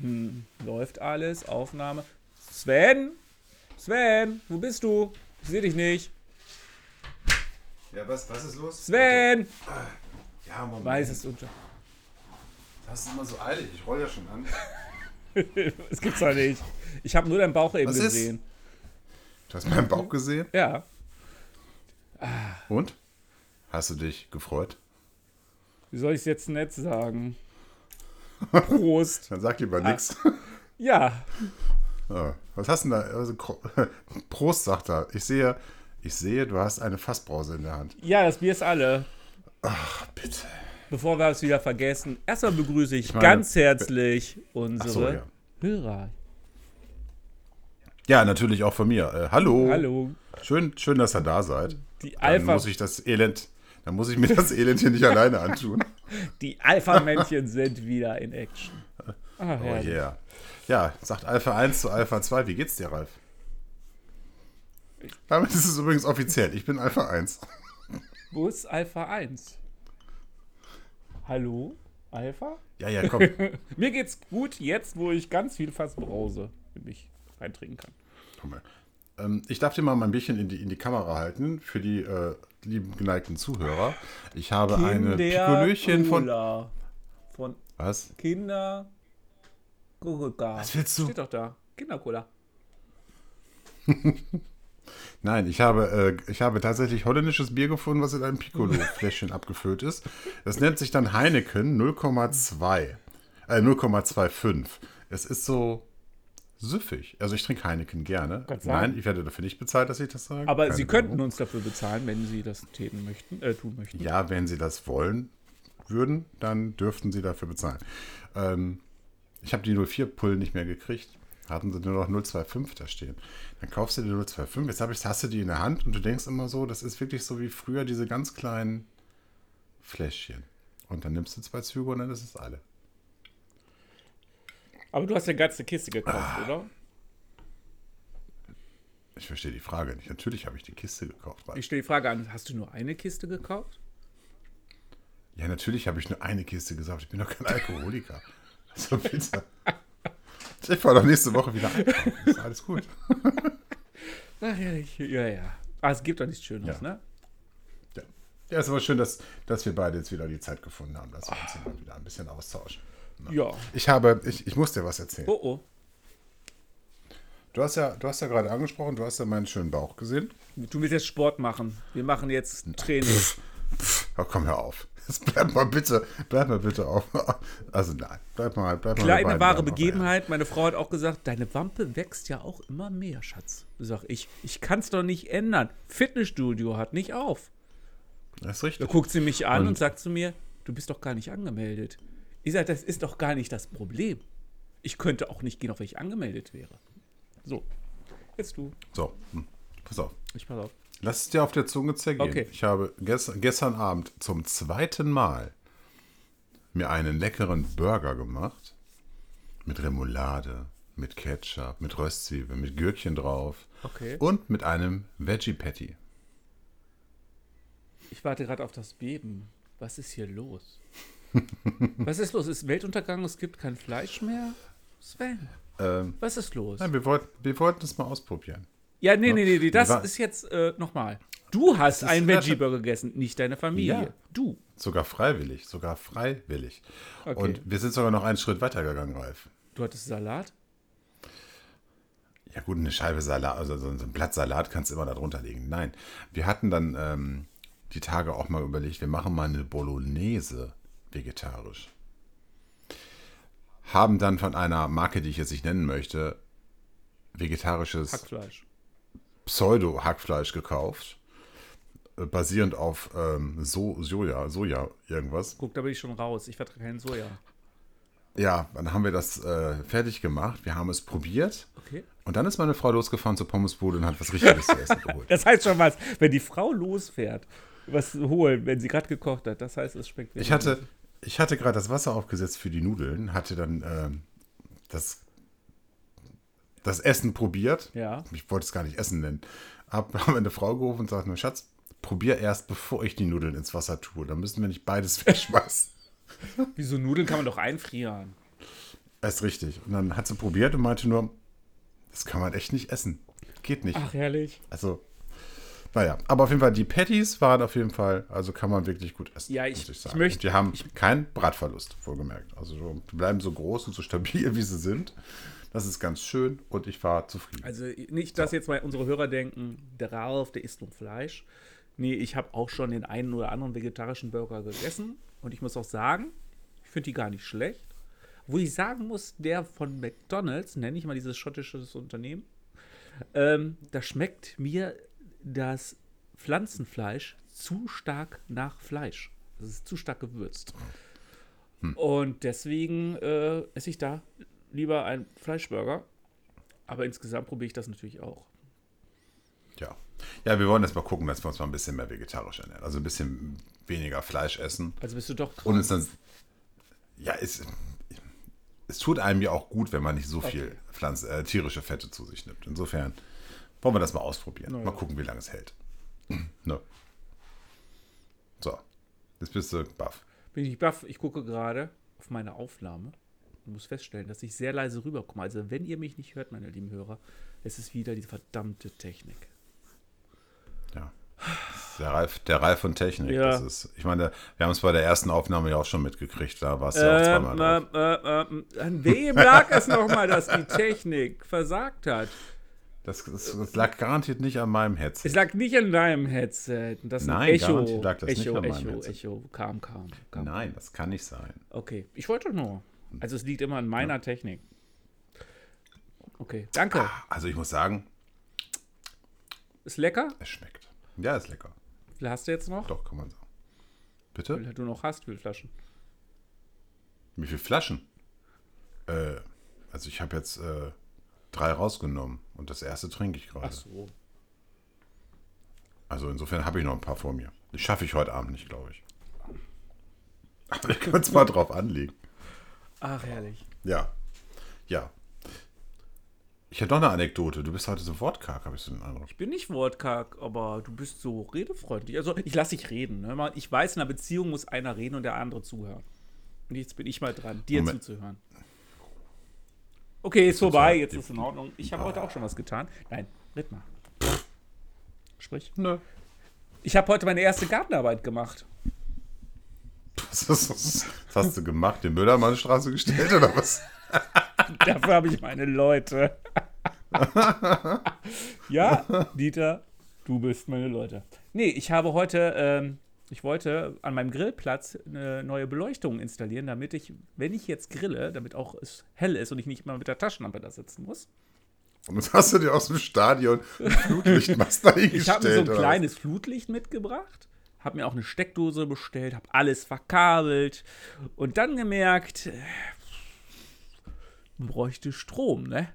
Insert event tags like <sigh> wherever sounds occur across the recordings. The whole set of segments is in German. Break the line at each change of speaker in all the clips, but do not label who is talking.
Hm, läuft alles, Aufnahme. Sven? Sven, wo bist du? Ich sehe dich nicht.
Ja, was, was ist los?
Sven!
Warte. Ja, Moment.
Weiß es unter. <laughs>
Das ist immer so eilig. Ich roll ja schon an.
Das gibt's doch nicht. Ich habe nur deinen Bauch eben
Was ist?
gesehen.
Du hast meinen Bauch gesehen?
Ja.
Und? Hast du dich gefreut?
Wie soll ich es jetzt nett sagen? Prost. <laughs>
Dann sag lieber nichts.
Ja.
<laughs> Ah, Was hast du denn da? Also, Kro- <laughs> Prost, sagt er. Ich sehe, ich sehe, du hast eine Fassbrause in der Hand.
Ja, das Bier ist alle.
Ach, bitte.
Bevor wir es wieder vergessen, erstmal begrüße ich,
meine-
ganz herzlich unsere
so, ja.
Hörer.
Ja, natürlich auch von mir. Äh, hallo.
Hallo.
Schön, schön, dass ihr da seid.
Die
Dann
Alpha-
muss ich das Elend, dann muss ich mir das Elend hier nicht alleine antun.
Die Alpha-Männchen <laughs> sind wieder in Action. Ah,
Oh
herrlich.
yeah. Ja, sagt Alpha 1 zu Alpha 2. Wie geht's dir, Ralf? Damit ist es übrigens offiziell. Ich bin Alpha 1.
Wo ist Alpha 1? Hallo? Alpha?
Ja, ja, komm.
<laughs> Mir geht's gut jetzt, wo ich ganz viel Fassbrause für mich reintrinken kann.
<laughs> komm mal. Ähm, ich darf dir mal mein Bierchen in die, in die Kamera halten für die äh, lieben geneigten Zuhörer. Ich habe eine Pikolöchen von.
Cola. Von
Was?
Kinder. Coca.
Was willst du?
Steht doch da. Kindercola.
Nein, ich habe, äh, ich habe tatsächlich holländisches Bier gefunden, was in
<laughs>
einem Piccolo-Fläschchen abgefüllt ist. Das nennt sich dann Heineken 0,2. Äh, 0,25. Es ist so süffig. Also ich trinke Heineken gerne.
Kannst sagen.
Nein, ich werde dafür nicht bezahlt, dass ich das sage.
Aber
Keine
Sie könnten
Werbung.
uns dafür bezahlen, wenn Sie das täten möchten, äh, tun möchten.
Ja, wenn Sie das wollen würden, dann dürften Sie dafür bezahlen. Ähm, ich habe die 04-Pulle nicht mehr gekriegt. Hatten sie nur noch 025 da stehen. Dann kaufst du die 025, jetzt hab ich, hast du die in der Hand und du denkst immer so, das ist wirklich so wie früher diese ganz kleinen Fläschchen. Und dann nimmst du zwei Züge und dann ist es alle.
Aber du hast ja ganze Kiste gekauft,
Ah.
oder?
Ich verstehe die Frage nicht. Natürlich habe ich die Kiste gekauft. Ralf.
Ich stelle die Frage an, hast du nur eine Kiste gekauft?
Ja, natürlich habe ich nur eine Kiste gesagt. Ich bin doch kein Alkoholiker. Also bitte. Ich fahre doch nächste Woche wieder einkaufen. Ist alles gut.
Ach, herrlich. Ja, ja. Ah, es gibt doch nichts Schöneres,
Ja.
ne?
Ja, ja ist aber schön, dass, dass wir beide jetzt wieder die Zeit gefunden haben, dass wir uns hier mal wieder ein bisschen austauschen.
ne? Ja.
Ich habe, ich, ich muss dir was erzählen.
Oh, oh.
Du hast ja, du hast ja gerade angesprochen, du hast ja meinen schönen Bauch gesehen.
Du willst jetzt Sport machen. Wir machen jetzt Training.
Oh, komm, hör auf. <laughs> Jetzt bleib mal bitte, bleib mal bitte auf. Also nein, bleib mal, bleib mal.
Kleine
bei beiden
wahre
Beinen auf.
Begebenheit. Meine Frau hat auch gesagt, deine Wampe wächst ja auch immer mehr, Schatz. Sag ich, ich kann's doch nicht ändern. Fitnessstudio hat nicht auf.
Das ist
Da
richtig.
guckt sie mich an und, sagt zu mir, du bist doch gar nicht angemeldet. Ich sage, das ist doch gar nicht das Problem. Ich könnte auch nicht gehen, auf wenn ich angemeldet wäre. So, jetzt du.
So, hm. pass auf.
Ich pass auf.
Lass es dir auf der Zunge zergehen.
Okay.
Ich habe gest, gestern Abend zum zweiten Mal mir einen leckeren Burger gemacht. Mit Remoulade, mit Ketchup, mit Röstzwiebeln, mit Gürkchen drauf.
Okay.
Und mit einem Veggie Patty.
Ich warte gerade auf das Beben. Was ist hier los? <laughs> Was ist los? Ist Weltuntergang, es gibt kein Fleisch mehr? Sven,
Ähm,
was ist los?
nein, wir wollten, wir wollten es mal ausprobieren.
Ja, nee, nee, nee, nee, das
Wir waren-
ist jetzt äh, nochmal. Du hast
ist-
einen Veggie-Burger gegessen, nicht deine Familie.
Ja.
Du.
Sogar freiwillig, sogar freiwillig.
Okay.
Und wir sind sogar noch einen Schritt weiter gegangen, Ralf.
Du hattest Salat?
Ja gut, eine Scheibe Salat, also so ein Blatt Salat kannst du immer da drunter legen. Nein, wir hatten dann ähm, die Tage auch mal überlegt, wir machen mal eine Bolognese vegetarisch. Haben dann von einer Marke, die ich jetzt nicht nennen möchte, vegetarisches
Hackfleisch.
Pseudo-Hackfleisch gekauft, äh, basierend auf ähm, so Soja, Soja irgendwas.
Guck, da bin ich schon raus. Ich vertrage keinen Soja.
Ja, dann haben wir das äh, fertig gemacht, wir haben es probiert
Okay.
und dann ist meine Frau losgefahren zur Pommesbude und hat was Richtiges zu essen geholt.
Das heißt schon was. Wenn die Frau losfährt, was holen, wenn sie gerade gekocht hat, das heißt, es schmeckt
Ich hatte, ich hatte gerade das Wasser aufgesetzt für die Nudeln, hatte dann ähm, das, das Essen probiert.
Ja.
Ich wollte es gar nicht Essen nennen. Hab, <laughs> hab eine Frau gerufen und sagte, Schatz, probier erst, bevor ich die Nudeln ins Wasser <laughs> tue. Dann müssen wir nicht beides wegschmeißen.
Wieso Nudeln kann man doch einfrieren?
Ist richtig. Und dann hat sie probiert und meinte nur, das kann man echt nicht essen. Geht nicht.
Ach, herrlich.
Also, naja. Aber auf jeden Fall, die Patties waren auf jeden Fall, also kann man wirklich gut essen.
Ja, ich-
muss
ich
sagen.
möchte-
Und die haben keinen Bratverlust, wohlgemerkt. Also, so- die bleiben so groß und so stabil, <laughs> wie sie sind. Das ist ganz schön und ich war zufrieden.
Also nicht, dass jetzt mal unsere Hörer denken, der Ralf, der isst nur Fleisch. Nee, ich habe auch schon den einen oder anderen vegetarischen Burger gegessen. Und ich muss auch sagen, ich finde die gar nicht schlecht. Wo ich sagen muss, der von McDonald's, nenne ich mal dieses schottische Unternehmen, ähm, da schmeckt mir das Pflanzenfleisch zu stark nach Fleisch. Das ist zu stark gewürzt. Und deswegen äh, esse ich da lieber einen Fleischburger. Aber insgesamt probiere ich das natürlich auch.
Ja. Ja, wir wollen jetzt mal gucken, dass wir uns mal ein bisschen mehr vegetarisch ernähren. Also ein bisschen weniger Fleisch essen.
Also bist du doch dran.
Und es dann. Ja, es, es tut einem ja auch gut, wenn man nicht so viel Pflanz, äh, tierische Fette zu sich nimmt. Insofern wollen wir das mal ausprobieren. Mal gucken, wie lange es hält. <clears throat> ne. So. Jetzt bist du baff.
Bin ich baff. Ich gucke gerade auf meine Aufnahme und muss feststellen, dass ich sehr leise rüberkomme. Also wenn ihr mich nicht hört, meine lieben Hörer, es ist wieder diese verdammte Technik.
Ja. Das ist Der Ralf, der Ralf von Technik.
Ja.
Das ist, ich meine, wir haben es bei der ersten Aufnahme ja auch schon mitgekriegt. Da war es ja auch zweimal.
Ähm,
drauf.
ähm, ähm, ähm, an wem lag es nochmal, dass die Technik versagt hat?
Das, das, das lag garantiert nicht an meinem Headset.
Es lag nicht an deinem Headset. Das ist ein
Nein,
Echo.
garantiert lag das
Echo,
nicht an meinem
Echo,
Headset.
Echo. Kam, kam, kam.
Nein, das kann nicht sein.
Okay, ich wollte nur. Also es liegt immer an meiner Technik. Okay, danke.
Also ich muss sagen,
Ist lecker?
es schmeckt. Ja, ist lecker.
Wie viel hast du jetzt noch?
Doch, kann man sagen.
Wie
Bitte?
viel Du noch hast, wie viele Flaschen?
Wie viele Flaschen? Äh, also ich habe jetzt äh, drei rausgenommen und das erste trinke ich gerade.
Ach so.
Also insofern habe ich noch ein paar vor mir. Das schaffe ich heute Abend nicht, glaube ich. Aber wir können es mal drauf anlegen.
Ach, herrlich.
Ja. Ja. Ich hätte noch eine Anekdote. Du bist heute so wortkarg, habe ich so den Eindruck. <laughs>
Ich bin nicht wortkarg, aber du bist so redefreundlich. Also, ich lasse dich reden. Ne? Mal, Ich weiß, in einer Beziehung muss einer reden und der andere zuhören. Und jetzt bin ich mal dran, dir
Moment.
zuzuhören. Okay, ist vorbei,
ja-
jetzt Ah. ist es in Ordnung. Ich habe heute auch schon was getan. Nein, red mal. Sprich.
Nö.
Ich habe heute meine erste Gartenarbeit gemacht.
Was, was, was, was hast du gemacht? Den Müllermannstraße gestellt oder was?
Dafür habe ich meine Leute. ja, Dieter, du bist meine Leute. Nee, ich habe heute, ähm, ich wollte an meinem Grillplatz eine neue Beleuchtung installieren, damit ich, wenn ich jetzt grille, damit auch es hell ist und ich nicht mal mit der Taschenlampe da sitzen muss.
Und das hast du dir aus dem Stadion
<laughs>
ein Flutlichtmast dahingestellt.
Ich habe mir so ein
oder was?
kleines Flutlicht mitgebracht, habe mir auch eine Steckdose bestellt, habe alles verkabelt und dann gemerkt, äh, man bräuchte Strom, ne?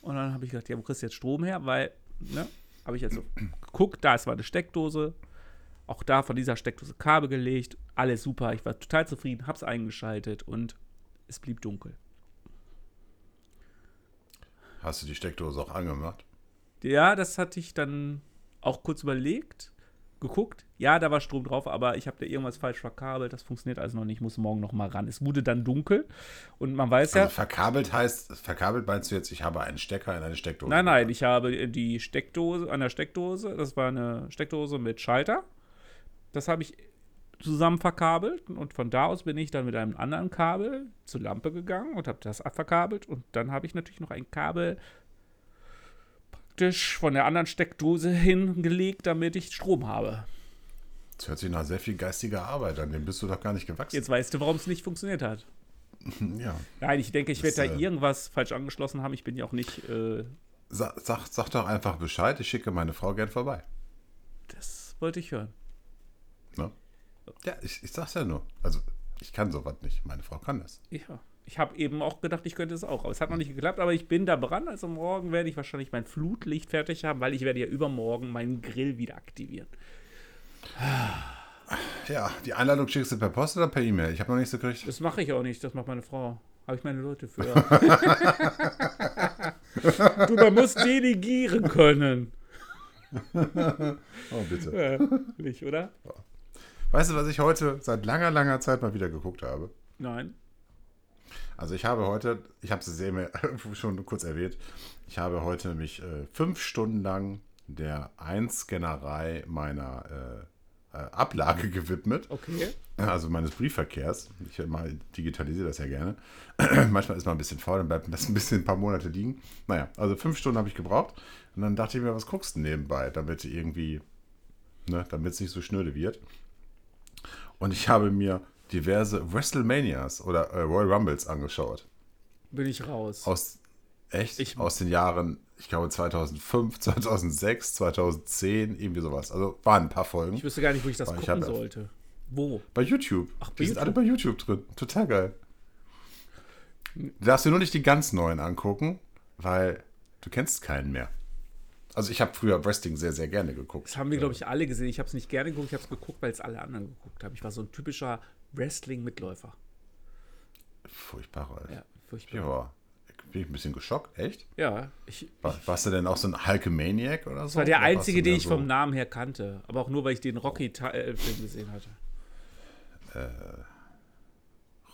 Und dann habe ich gedacht, ja, wo kriegst du jetzt Strom her? Weil, ne? Habe ich jetzt so geguckt, da ist meine Steckdose. Auch da von dieser Steckdose Kabel gelegt. Alles super. Ich war total zufrieden, hab's eingeschaltet und es blieb dunkel.
Hast du die Steckdose auch angemacht?
Ja, das hatte ich dann auch kurz überlegt, geguckt. Ja, da war Strom drauf, aber ich habe da irgendwas falsch verkabelt. Das funktioniert also noch nicht. Ich muss morgen noch mal ran. Es wurde dann dunkel und man weiß ja.
Also verkabelt heißt, verkabelt meinst du jetzt, ich habe einen Stecker in eine Steckdose?
nein, nein, ich habe die Steckdose an der Steckdose. Das war eine Steckdose mit Schalter. Das habe ich zusammen verkabelt und von da aus bin ich dann mit einem anderen Kabel zur Lampe gegangen und habe das verkabelt und dann habe ich natürlich noch ein Kabel praktisch von der anderen Steckdose hingelegt, damit ich Strom habe.
Das hört sich nach sehr viel geistiger Arbeit an, dem bist du doch gar nicht gewachsen.
Jetzt weißt du, warum es nicht funktioniert hat.
Ja.
Nein, ich denke, ich werde da
Das, äh,
irgendwas falsch angeschlossen haben. Ich bin ja auch nicht. Äh,
Sa sag, sag doch einfach Bescheid, ich schicke meine Frau gern vorbei.
das wollte ich hören.
Ne? Ja, ich, ich sag's ja nur. Also, ich kann sowas nicht. Meine Frau kann das.
Ja. Ich habe eben auch gedacht, ich könnte es auch. Aber es hat noch nicht geklappt, aber ich bin da dran. Also morgen werde ich wahrscheinlich mein Flutlicht fertig haben, weil ich werde ja übermorgen meinen Grill wieder aktivieren.
Ja, die Einladung schickst du per Post oder per E-Mail? Ich habe noch nichts gekriegt.
Das mache ich auch nicht, das macht meine Frau. Habe ich meine Leute
<laughs>
für. du, man muss delegieren können.
Oh, bitte.
Herrlich, oder?
Weißt du, was ich heute seit langer, langer Zeit mal wieder geguckt habe?
Nein.
Also ich habe heute, ich habe es sehr <laughs> schon kurz erwähnt, ich habe heute mich äh, fünf Stunden lang der Einscannerei meiner äh, äh, Ablage <laughs> gewidmet.
Okay.
Also meines Briefverkehrs. Ich äh, mal digitalisiere das ja gerne. <clears throat> Manchmal ist man ein bisschen faul, dann bleibt <laughs> das ein bisschen ein paar Monate liegen. Naja, also fünf Stunden habe ich gebraucht. Und dann dachte ich mir, was guckst du nebenbei, damit irgendwie, ne, damit es nicht so schnöde wird. Und ich habe mir diverse WrestleManias oder äh, Royal Rumbles angeschaut.
Bin ich raus.
Aus, echt?
Ich-
aus den Jahren, ich glaube <laughs> 2005, 2006, 2010, irgendwie sowas. Also waren ein paar Folgen.
Ich wüsste gar nicht, wo ich das
Boah, Oh, ich
gucken
hab-
sollte. Wo?
Bei YouTube.
Ach, bei
die sind
YouTube.
alle bei YouTube drin. Total geil. Du darfst dir nur nicht die ganz neuen angucken, weil du kennst keinen mehr. Also ich habe früher Wrestling sehr, sehr gerne geguckt.
Das haben wir, glaube ich, alle gesehen. Ich habe es nicht gerne geguckt, ich habe es geguckt, weil es alle anderen geguckt haben. Ich war so ein typischer Wrestling-Mitläufer.
Furchtbar, Alter.
Ja, furchtbar.
Ja. Bin ich ein bisschen geschockt, echt?
Ja, ich,
War, warst du denn auch so ein Hulkamaniac oder so?
war der
Oder warst
einzige,
du mehr
den ich
so,
vom Namen her kannte. Aber auch nur, weil ich den Rocky-Film gesehen hatte.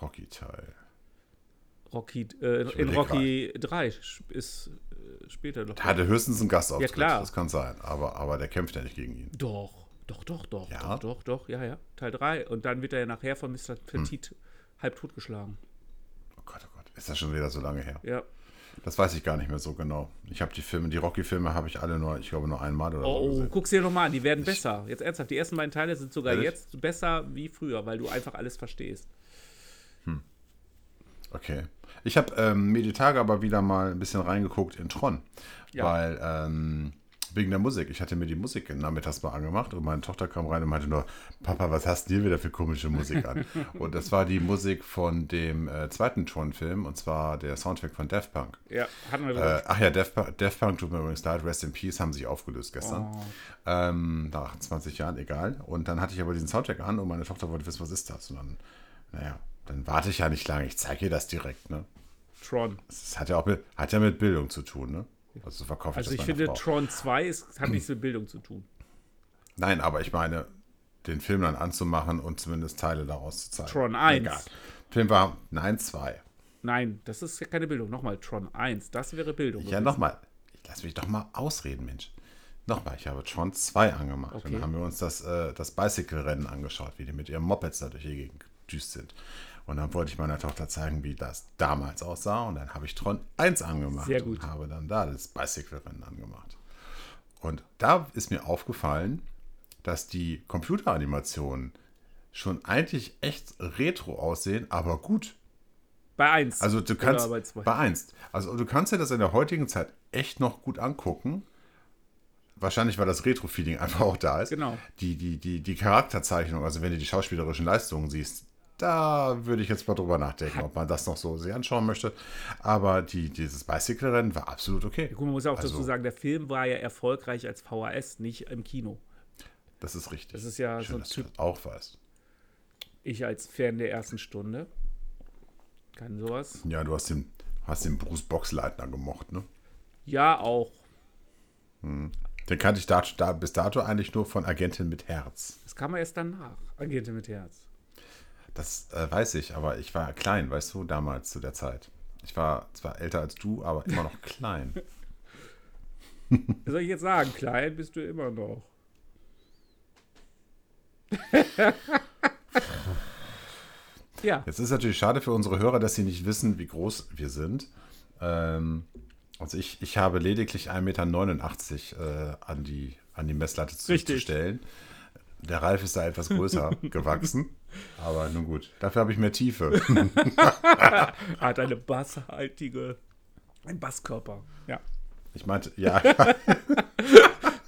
Rocky-Teil.
Rocky, äh, in- in
überleg
Rocky 3 sch- ist äh, später noch.
Der hatte höchstens einen Gastauftritt,
Ja, klar.
das kann sein. Aber, aber der kämpft ja nicht gegen ihn.
Doch, doch, doch, doch,
Ja? Hm.
doch, doch, doch, ja, ja. Teil 3. Und dann wird er ja nachher von Mr. Petit halb totgeschlagen.
Oh Gott, oh Gott. Ist das schon wieder so lange her?
Ja.
Das weiß ich gar nicht mehr so genau. Ich habe die Filme, die Rocky-Filme habe ich alle nur, ich glaube, nur einmal oder so
Oh, oh
gesehen.
guck's dir nochmal an, die werden besser. Jetzt ernsthaft, die ersten beiden Teile sind sogar
Ehrlich?
jetzt besser wie früher, weil du einfach alles verstehst.
Okay. Ich habe ähm, mir die Tage aber wieder mal ein bisschen reingeguckt in Tron.
Ja.
Weil, ähm, wegen der Musik. Ich hatte mir die Musik nachmittags mal angemacht und meine Tochter kam rein und meinte nur, Papa, was hast du hier wieder für komische Musik
<laughs>
an? und das war die Musik von dem äh, zweiten Tron-Film und zwar der Soundtrack von Daft Punk.
Ja, hatten wir
Äh,
drüber.
ach ja, Def, Def Punk tut mir übrigens leid, Rest in Peace, haben sich aufgelöst gestern.
Oh.
Ähm, nach 28 Jahren, egal. Und dann hatte ich aber diesen Soundtrack an und meine Tochter wollte wissen, was ist das? Und dann, naja, dann warte ich ja nicht lange, ich zeige ihr das direkt, ne?
Tron.
Das hat ja auch mit, hat ja mit Bildung zu tun, ne? Also so verkaufe ich
Also
das
ich
meiner
finde,
Frau.
Tron 2 ist, hat nichts mit Bildung zu tun.
Nein, aber ich meine, den Film dann anzumachen und zumindest Teile daraus zu zeigen.
Tron 1.
Film war, nein, zwei.
Nein, das ist ja keine Bildung. Nochmal, Tron 1, das wäre Bildung.
Ja, nochmal. Lass mich doch mal ausreden, Mensch. Nochmal, ich habe Tron 2 angemacht.
Okay.
Dann haben wir uns das, äh, das Bicycle-Rennen angeschaut, wie die mit ihren Mopeds da durch die Gegend gedüst sind. Und dann wollte ich meiner Tochter zeigen, wie das damals aussah. Und dann habe ich Tron 1 angemacht
Sehr gut.
und habe dann da das Bicycle-Rennen angemacht. Und da ist mir aufgefallen, dass die Computeranimationen schon eigentlich echt retro aussehen, aber gut.
Bei 1.
Also du kannst
bei
bei,
zwei.
eins. Also du kannst dir das in der heutigen Zeit echt noch gut angucken. Wahrscheinlich, weil das Retro-Feeling <laughs> einfach auch da ist.
Genau.
Die, die, die, die Charakterzeichnung, also wenn du die schauspielerischen Leistungen siehst, da würde ich jetzt mal drüber nachdenken, ob man das noch so sich anschauen möchte. Aber die, dieses Bicycle-Rennen war absolut okay.
Gut, man muss ja auch
Also-
dazu sagen, der Film war ja erfolgreich als VHS, nicht im Kino.
Das ist richtig.
Das ist ja so
Schön,
ein
dass du
Typ-
das auch weißt.
Ich als Fan der ersten Stunde kann sowas.
Ja, du hast den, hast den Bruce Boxleitner gemocht, ne?
Ja, auch.
Den kannte ich dat, da, bis dato eigentlich nur von Agentin mit Herz.
Das kam erst danach. Agente mit Herz.
Das äh, weiß ich, aber ich war klein, weißt du, damals zu der Zeit. Ich war zwar älter als du, aber
<laughs>
immer noch klein.
Was soll ich jetzt sagen? Klein bist du immer noch. <laughs> ja,
Jetzt ist natürlich schade für unsere Hörer, dass sie nicht wissen, wie groß wir sind. Ähm, also ich, ich habe lediglich 1,89 Meter äh, an, die, an die Messlatte zu,
Richtig.
zu stellen. Der Ralf ist da etwas größer
<laughs>
gewachsen. Aber nun gut, dafür habe ich mehr Tiefe.
<laughs> hat eine basshaltige, ein Basskörper. Ja.
Ich meinte, ja,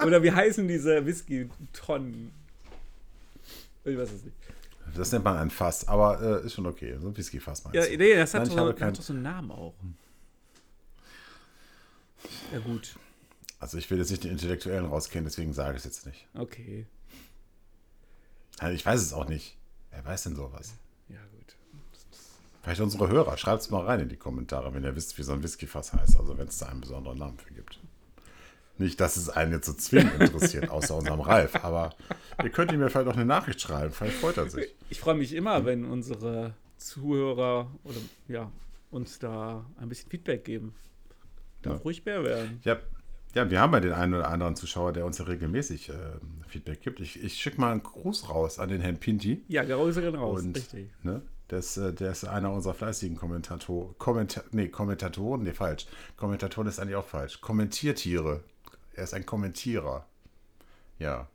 Oder wie heißen diese Whisky-Tonnen? Ich weiß es nicht.
das nennt man ein Fass, aber äh, ist schon okay. So ein Whisky-Fass meinst
Ja,
du.
nee, das hat, doch,
Nein, ich habe
das
kein-
hat doch so einen Namen auch. Ja, gut.
Also ich will jetzt nicht den Intellektuellen rauskennen, deswegen sage ich es jetzt nicht.
Okay.
Also ich weiß es auch nicht. Wer weiß denn sowas?
Ja, gut.
Vielleicht unsere Hörer. Schreibt es mal rein in die Kommentare, wenn ihr wisst, wie so ein Whiskyfass heißt. Also wenn es da einen besonderen Namen für gibt. Nicht, dass es einen jetzt so zwingend interessiert, außer unserem Ralf. Aber ihr könnt ihm ja vielleicht auch eine Nachricht schreiben. Vielleicht freut er sich.
Ich freue mich immer, wenn unsere Zuhörer oder ja, uns da ein bisschen Feedback geben. Darf
Ja.
ruhig mehr werden.
Ja, ja, wir haben ja den einen oder anderen Zuschauer, der uns ja regelmäßig äh, Feedback gibt. Ich, ich schicke mal einen Gruß raus an den Herrn Pinti.
Ja, Grause gehen raus,
Und,
richtig.
Ne, der, ist, äh, der ist einer unserer fleißigen Kommentator, Kommenta nee, Kommentatoren. Nee, falsch. Kommentatoren ist eigentlich auch falsch. Kommentiertiere. Er ist ein Kommentierer. Ja.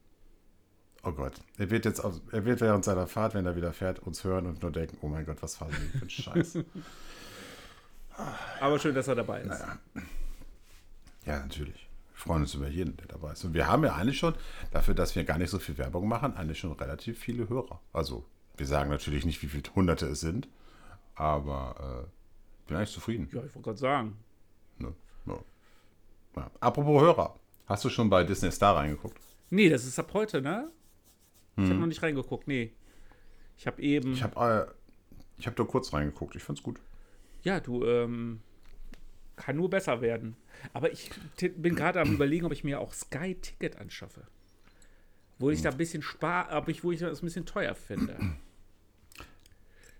Oh Gott. Er wird jetzt auf, er wird während seiner Fahrt, wenn er wieder fährt, uns hören und nur denken, oh mein Gott, was fahren Sie für ein Scheiß.
Aber schön, dass er dabei ist.
Ja, natürlich. Wir freuen uns über jeden, der dabei ist. Und wir haben ja eigentlich schon, dafür, dass wir gar nicht so viel Werbung machen, eigentlich schon relativ viele Hörer. Also, wir sagen natürlich nicht, wie viele Hunderte es sind, aber äh, bin eigentlich zufrieden.
Ja, ich wollte gerade sagen.
Ne? Ja. Ja. Apropos Hörer, hast du schon bei Disney Star reingeguckt?
Nee, das ist ab heute, ne? Ich
Hm.
habe noch nicht reingeguckt, nee. Ich habe eben.
Ich habe äh, ich hab nur kurz reingeguckt, ich fand's gut.
Ja, du, ähm, kann nur besser werden. Aber ich t- bin gerade am überlegen, ob ich mir auch Sky Ticket anschaffe. Wo ich da ein bisschen spar, ob ich, wo ich das ein bisschen teuer finde.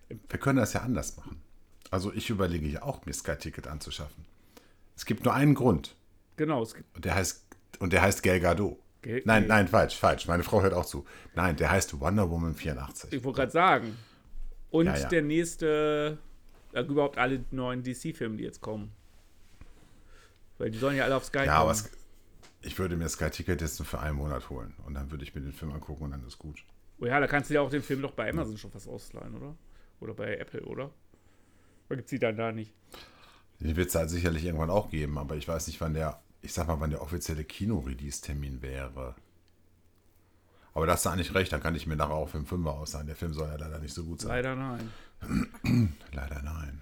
Wir können das ja anders machen. Also, ich überlege ja auch, mir Sky Ticket anzuschaffen. Es gibt nur einen Grund.
Genau, es gibt.
Und der heißt, und der heißt Gal Gadot.
Gal-
nein,
nee.
nein, falsch, falsch. Meine Frau hört auch zu. Nein, der heißt Wonder Woman 84.
Ich wollte gerade sagen. Und
Ja, ja.
der nächste, äh, überhaupt alle neuen DC-Filme, die jetzt kommen. Weil die sollen ja alle auf Sky
Ja,
kommen.
aber es, ich würde mir Sky Ticket jetzt nur für einen Monat holen. Und dann würde ich mir den Film angucken und dann ist gut.
oh ja, da kannst du ja auch den Film doch bei Amazon schon fast ausleihen, oder? Oder bei Apple, oder? Oder gibt es die dann da nicht?
Den wird es halt sicherlich irgendwann auch geben, aber ich weiß nicht, wann der, ich sag mal, wann der offizielle Kino-Release-Termin wäre. Aber da hast du eigentlich recht, dann kann ich mir nachher auch für einen Fünfer aussagen. Der Film soll ja leider nicht so gut sein.
Leider nein.
Leider nein.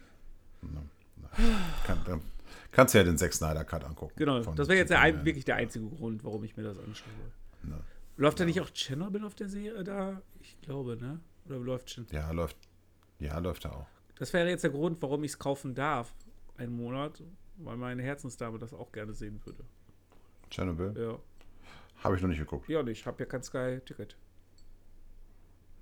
Ne, ne. Kann, dann kannst du ja den Zack Snyder Cut angucken.
Genau,
Von-
das wäre jetzt der, ein-
von-
wirklich der einzige Grund, warum ich mir das anschaue.
Ne.
Läuft da nicht auch Tschernobyl auf der Serie da? Ich glaube, ne? Oder läuft schon.
Ja, läuft. Ja, läuft er auch.
Das wäre jetzt der Grund, warum ich es kaufen darf. Einen Monat, weil meine Herzensdame das auch gerne sehen würde.
Chernobyl?
Ja,
Habe ich noch nicht geguckt.
ja und ich habe ja kein Sky-Ticket.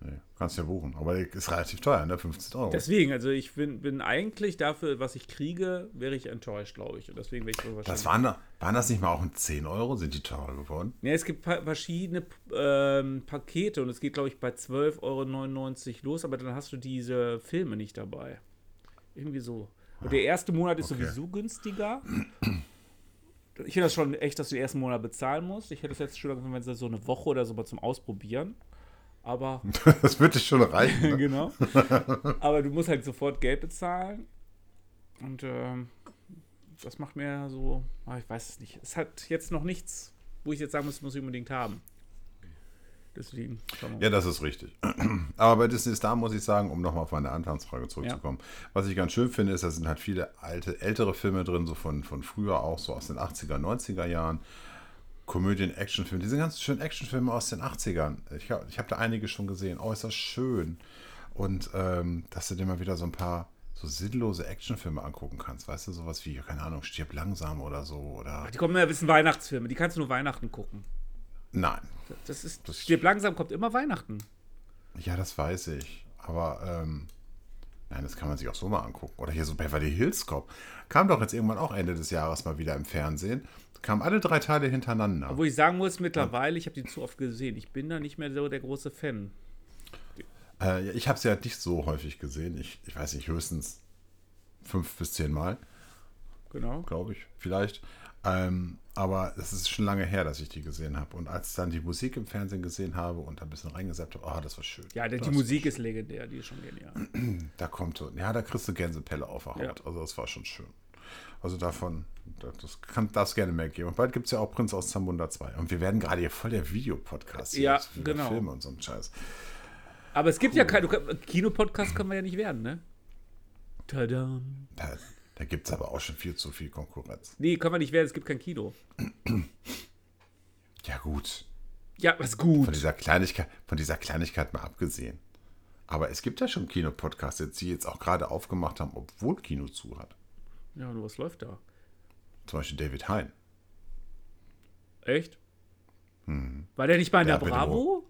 Nee, kannst ja buchen. Aber ist relativ teuer, ne? 15 Euro. Das,
Deswegen, also ich bin, bin eigentlich dafür, was ich kriege, wäre ich enttäuscht, glaube ich. Und deswegen wäre ich so wahrscheinlich.
waren, da- waren das nicht mal auch ein 10 Euro? Sind die teurer geworden? <laughs>
Ja, es gibt pa verschiedene ähm, Pakete und es geht, glaube ich, bei 12,99 Euro los, aber dann hast du diese Filme nicht dabei. Irgendwie so. Und der erste Monat ist
okay.
sowieso günstiger. Ich finde das schon echt, dass du den ersten Monat bezahlen musst. Ich hätte es jetzt schon langsam, wenn es so eine Woche oder so mal zum Ausprobieren. Aber
Das würde schon reichen.
<laughs>
Ne?
genau. Aber du musst halt sofort Geld bezahlen. Und ähm, das macht mir so, ah, ich weiß es nicht. Es hat jetzt noch nichts, wo ich jetzt sagen muss, muss ich unbedingt haben. Deswegen, schauen wir mal.
Ja, das ist richtig. <clears throat> Aber bei Disney Star muss ich sagen, um nochmal auf meine Anfangsfrage zurückzukommen, was ich ganz schön finde, ist, da sind halt viele alte, ältere Filme drin, so von, von früher auch, so aus den 80er, 90er Jahren. Komödien, Actionfilme, diese ganzen schönen Actionfilme aus den 80ern. Ich habe ich hab da einige schon gesehen, äußerst schön. Und ähm, dass du dir mal wieder so ein paar so sinnlose Actionfilme angucken kannst, weißt du, sowas wie, keine Ahnung, stirb langsam oder so oder.
Die kommen ja, das sind Weihnachtsfilme, die kannst du nur Weihnachten gucken.
Nein.
Das ist,
Das-
stirb langsam kommt immer Weihnachten.
Ja, das weiß ich. Aber ähm, nein, das kann man sich auch so mal angucken. Oder hier so Beverly Hills Cop. Kam doch jetzt irgendwann auch Ende des Jahres mal wieder im Fernsehen. Kamen alle drei Teile hintereinander.
Wo ich sagen muss, mittlerweile, ich habe die zu oft gesehen. Ich bin da nicht mehr so der große Fan.
Äh, ja, ich habe sie halt nicht so häufig gesehen. Ich, ich weiß nicht, höchstens fünf bis zehn Mal,
Genau.
glaube ich, vielleicht. Ähm, aber es ist schon lange her, dass ich die gesehen habe. Und als ich dann die Musik im Fernsehen gesehen habe und da ein bisschen reingesappt habe, oh, das war schön.
Ja, die
das,
Musik ist legendär, die ist schon genial.
Da kommt so, ja, da kriegst du Gänsepelle auf der Haut.
Ja.
Also das war schon schön. Also davon, das kann das gerne mehr geben. Und bald gibt es ja auch Prinz aus Zamunda 2. Und wir werden gerade hier voll der Videopodcast. hier.
Ja,
Das sind wieder
genau.
Filme und so ein Scheiß.
Aber es gibt ja keine. du- Kinopodcast können wir ja nicht werden, ne? Tada.
Da, da gibt es aber auch schon viel zu viel Konkurrenz.
Nee, können wir nicht werden, es gibt kein Kino.
Ja gut,
Ja, was
von
gut.
dieser Kleinigkeit, von dieser Kleinigkeit mal abgesehen. Aber es gibt ja schon Kinopodcasts, jetzt, die jetzt auch gerade aufgemacht haben, obwohl Kino zu hat.
Ja, nur was läuft da?
Zum Beispiel David Hein. <laughs>
Echt? War der nicht mal in
Ja,
der
bitte,
Bravo?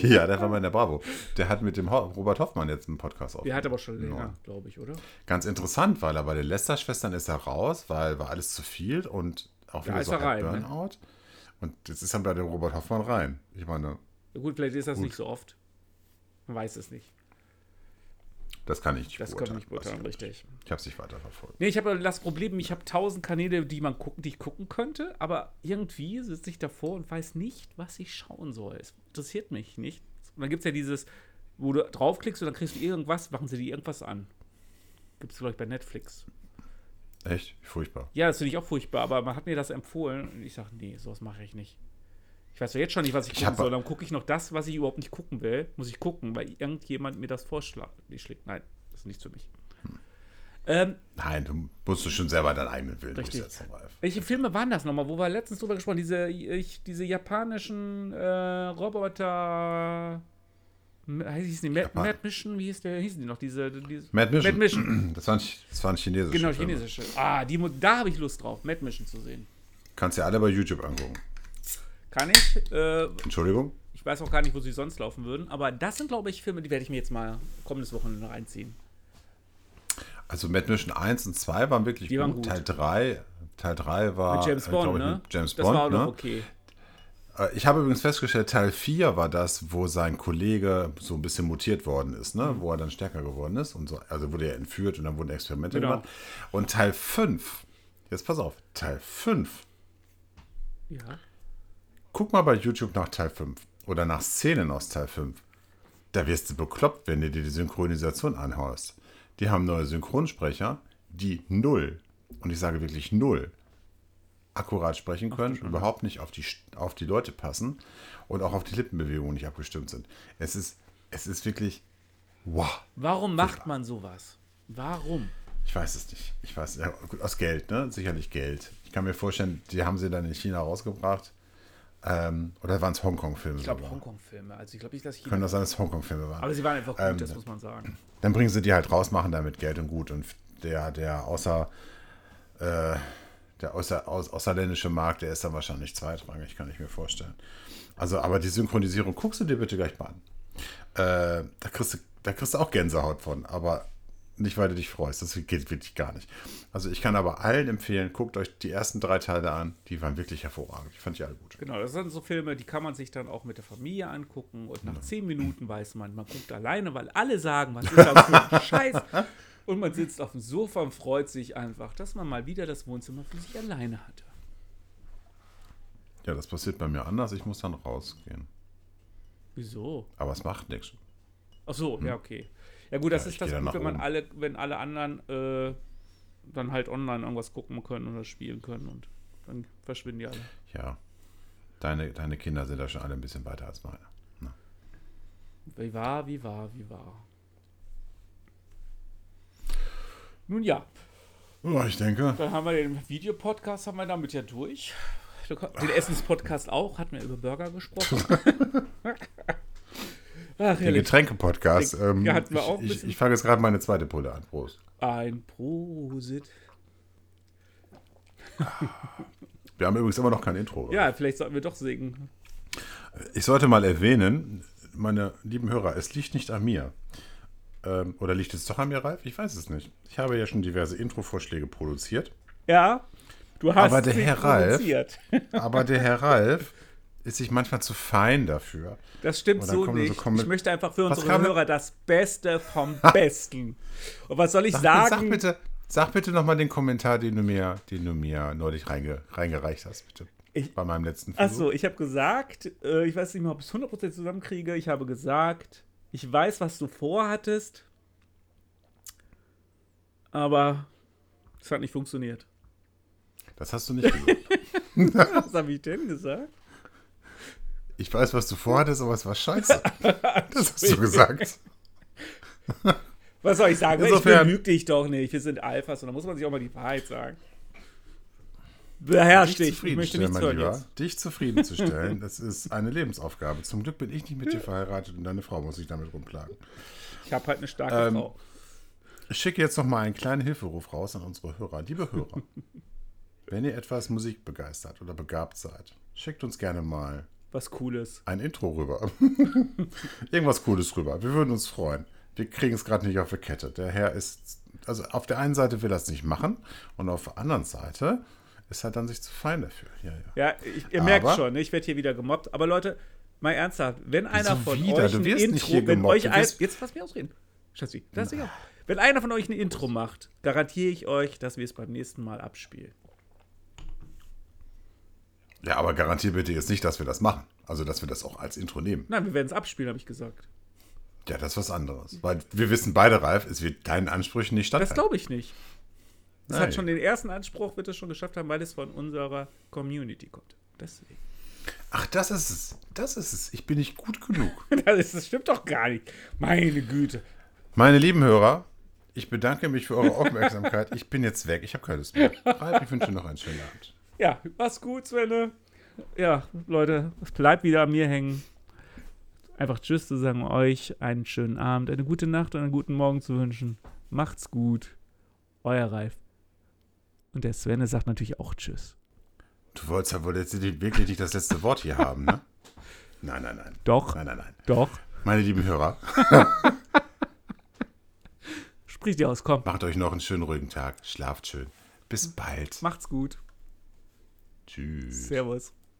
ja, der war mal in der Bravo. Der hat mit dem Ho Robert Hoffmann jetzt einen Podcast
Der
aufgenommen.
hat aber schon länger,
Ja.
glaube ich, oder?
Ganz interessant, weil er bei den Lester-Schwestern ist er raus, weil war alles zu viel und auch
Da
wieder
ist
so
er
halb
rein, ne?
Burnout. Und jetzt ist er bei dem Robert Hoffmann rein. Ich meine,
Ja, gut, vielleicht ist das nicht so oft. Man weiß es nicht.
das kann ich nicht
Das können wir nicht beurteilen,
Also,
richtig.
Ich habe es nicht weiterverfolgt.
Nee, ich habe das Problem, ich habe tausend Kanäle, die man gucken, die ich gucken könnte, aber irgendwie sitze ich davor und weiß nicht, was ich schauen soll. Es interessiert mich nicht. Und dann gibt es ja dieses, wo du draufklickst und dann kriegst du irgendwas, machen sie dir irgendwas an. Gibt es, glaube ich, bei Netflix.
Echt? Furchtbar.
Ja, das finde ich auch furchtbar, aber man hat mir das empfohlen und ich sage, nee, sowas mache ich nicht. Ich weiß doch jetzt schon nicht, was ich
Ich
gucken
hab-
soll. Dann gucke ich noch das, was ich überhaupt nicht gucken will. Muss ich gucken, weil irgendjemand mir das vorschlägt. Nein, das ist nichts für mich.
Hm.
Ähm,
Nein, du musst du schon selber deinen eigenen Willen
Richtig.
durchsetzen, Ralf.
Welche Filme waren das nochmal, wo wir letztens drüber gesprochen haben? Diese, ich, diese japanischen äh, Roboter. M- Hießen die Mad,
Japan-
Mad Mission? Wie hieß der? Hießen die noch? Diese, diese
Mad Mission.
Mad Mission.
<clears throat> Das waren, das waren chinesische.
Genau,
Filme.
chinesische. Ah, die, mu- da habe ich Lust drauf, Mad Mission zu sehen.
Kannst dir alle bei YouTube angucken.
Kann ich. Äh,
Entschuldigung?
ich weiß auch gar nicht, wo sie sonst laufen würden. Aber das sind, glaube ich, Filme, die werde ich mir jetzt mal kommendes Wochenende reinziehen.
Also Mad Mission 1 und 2 waren wirklich
Die
gut.
waren gut.
Teil 3, Teil 3 war
Mit James
äh,
Bond,
glaub ich,
ne?
mit James
das
Bond,
war auch
ne?
noch okay.
Äh, Ich habe übrigens festgestellt, Teil 4 war das, wo sein Kollege so ein bisschen mutiert worden ist, ne? wo er dann stärker geworden ist. Und so, also wurde er entführt und dann wurden Experimente
Genau.
gemacht. Und Teil 5, jetzt pass auf, Teil 5,
Ja.
guck mal bei YouTube nach Teil 5 oder nach Szenen aus Teil 5. Da wirst du bekloppt, wenn du dir die Synchronisation anhaust. Die haben neue Synchronsprecher, die null, und ich sage wirklich null, akkurat sprechen können, überhaupt nicht auf die, St- auf die Leute passen und auch auf die Lippenbewegungen nicht abgestimmt sind. Es ist, es ist wirklich, wow.
Warum macht man sowas? Warum?
Ich weiß es nicht. Ich weiß, ja, gut, aus Geld, ne? Sicherlich Geld. Ich kann mir vorstellen, die haben sie dann in China rausgebracht. Ähm, oder waren es Hongkong-Filme?
Ich glaube, Hongkong-Filme. Also, ich glaube nicht, dass ich.
Können das sein, dass es Hongkong-Filme waren?
Aber sie waren einfach gut,
Ähm,
das muss man sagen.
Dann bringen sie die halt raus, machen damit Geld und gut. Und der, der außer äh, der außer, aus, außerländische Markt, der ist dann wahrscheinlich zweitrangig, kann ich mir vorstellen. Also, aber die Synchronisierung guckst du dir bitte gleich mal an. Äh, da, kriegst du, da kriegst du auch Gänsehaut von, aber nicht, weil du dich freust. Das geht wirklich gar nicht. Also, ich kann aber allen empfehlen, guckt euch die ersten drei Teile an. Die waren wirklich hervorragend. Die fand ich alle gut.
Genau, das sind so Filme, die kann man sich dann auch mit der Familie angucken und nach zehn Minuten weiß man, man guckt alleine, weil alle sagen, was ist das
<laughs>
für ein Scheiß? Und man sitzt auf dem Sofa und freut sich einfach, dass man mal wieder das Wohnzimmer für sich alleine hatte.
Ja, das passiert bei mir anders. Ich muss dann rausgehen.
Wieso?
Aber es macht nichts.
Ach so, ja, okay. Ja, gut, das
Hm. Ja,
ist
ich
das
geh
Gute,
um. dann nach
wenn man
oben.
alle, wenn alle anderen äh, dann halt online irgendwas gucken können oder spielen können und dann verschwinden die alle.
Ja. Deine, deine Kinder sind da schon alle ein bisschen weiter als meine. Na.
Wie war, wie war, wie war. Nun ja.
Ja, ich denke.
Dann haben wir den Videopodcast, haben wir damit ja durch. Den Essenspodcast auch, hatten wir über Burger
<laughs>
gesprochen. Ach,
Den
herrlich.
Getränke-Podcast.
Den-
Ähm,
ja, hatten wir auch ein
ich ich,
bisschen.
ich fange jetzt gerade meine zweite Pulle an. Prost.
Ein Prosit.
Wir haben übrigens immer noch kein Intro.
Ja, vielleicht sollten wir doch singen.
Ich sollte mal erwähnen, meine lieben Hörer, es liegt nicht an mir. Ähm, oder liegt es doch an mir, Ralf? Ich weiß es nicht. Ich habe ja schon diverse Intro-Vorschläge produziert.
Ja, du hast
Aber der
sie
Herr Ralf-
produziert.
Aber der Herr Ralf ist sich manchmal zu fein dafür.
Das stimmt
Und dann
so
kommen sie
nicht.
so kommen mit-
ich möchte einfach für
Was
unsere
kam denn-
Hörer das Beste vom
<laughs>
Besten. Und was soll ich
Sag,
sagen?
sag bitte, sag bitte nochmal den Kommentar, den du mir, den du mir neulich reinge, reingereicht hast, bitte.
Ich-
Bei meinem letzten Versuch.
Achso, ich habe gesagt, äh, ich weiß nicht mehr, ob ich es 100% zusammenkriege. Ich habe gesagt, ich weiß, was du vorhattest, aber es hat nicht
<laughs>
funktioniert.
Das hast du nicht gesagt.
Was habe ich denn gesagt?
Ich weiß, was du vorhattest, aber es
<laughs>
war scheiße. Das hast du gesagt.
Was soll ich sagen?
Insofern-
ich belüge dich doch nicht. Wir sind Alphas und da muss man sich auch mal die Wahrheit sagen. Beherrsch dich. Ich möchte nichts hören jetzt.
Dich zufriedenzustellen, das ist eine Lebensaufgabe. Zum Glück bin ich nicht mit dir verheiratet und deine Frau muss sich damit rumplagen.
Ich habe halt eine starke
Ähm,
Frau.
Ich schicke jetzt nochmal einen kleinen Hilferuf raus an unsere Hörer. Liebe
<laughs>
Hörer, wenn ihr etwas musikbegeistert oder begabt seid, schickt uns gerne mal
was Cooles.
ein Intro rüber. <laughs> Irgendwas Cooles rüber. Wir würden uns freuen. Wir kriegen es gerade nicht auf die Kette. Der Herr ist, also auf der einen Seite will er es nicht machen und auf der anderen Seite ist er dann sich zu fein dafür. Ja, ja.
Ja, ich, ihr merkt
Aber-
schon, ne, ich werde hier wieder gemobbt. Aber Leute, mal ernsthaft, wenn einer von
wieder?
euch
Du
ein
wirst
Intro,
nicht hier
wenn
gemobbt,
euch
du
ein,
wirst-
jetzt lass mich ausreden, Schatzi, lass mich auf. Wenn einer von euch ein Intro macht, garantiere ich euch, dass wir es beim nächsten Mal abspielen.
ja, aber garantier bitte jetzt nicht, dass wir das machen. Also, dass wir das auch als Intro nehmen.
Nein, wir werden es abspielen, habe ich gesagt.
Ja, das ist was anderes. Weil wir wissen beide, Ralf, es wird deinen Ansprüchen nicht
Das
stattfinden.
glaube ich nicht. Es
Nein.
hat schon den ersten Anspruch, wird es schon geschafft haben, weil es von unserer Community kommt. Deswegen. <laughs>
Ach, das ist es. Das ist es. Ich bin nicht gut genug.
Das, ist, das stimmt doch gar nicht. Meine Güte.
Meine lieben Hörer, ich bedanke mich für eure Aufmerksamkeit. Ich bin jetzt weg. Ich habe keine Lust mehr. Ralf, ich wünsche noch einen schönen Abend.
Ja, mach's gut, Svenne. Ja, Leute, es bleibt wieder an mir hängen. Einfach Tschüss zu sagen euch, einen schönen Abend, eine gute Nacht und einen guten Morgen zu wünschen. Macht's gut. Euer Ralf. Und der Svenne sagt natürlich auch Tschüss.
Du wolltest ja wohl jetzt wirklich nicht das letzte Wort hier haben, ne? <laughs> Nein, nein, nein.
Doch,
Nein, nein, nein.
doch.
Meine lieben Hörer,
Sprich dir aus, komm.
macht euch noch einen schönen ruhigen Tag. Schlaft schön. Bis bald.
Macht's gut.
Tschüss.
Servus.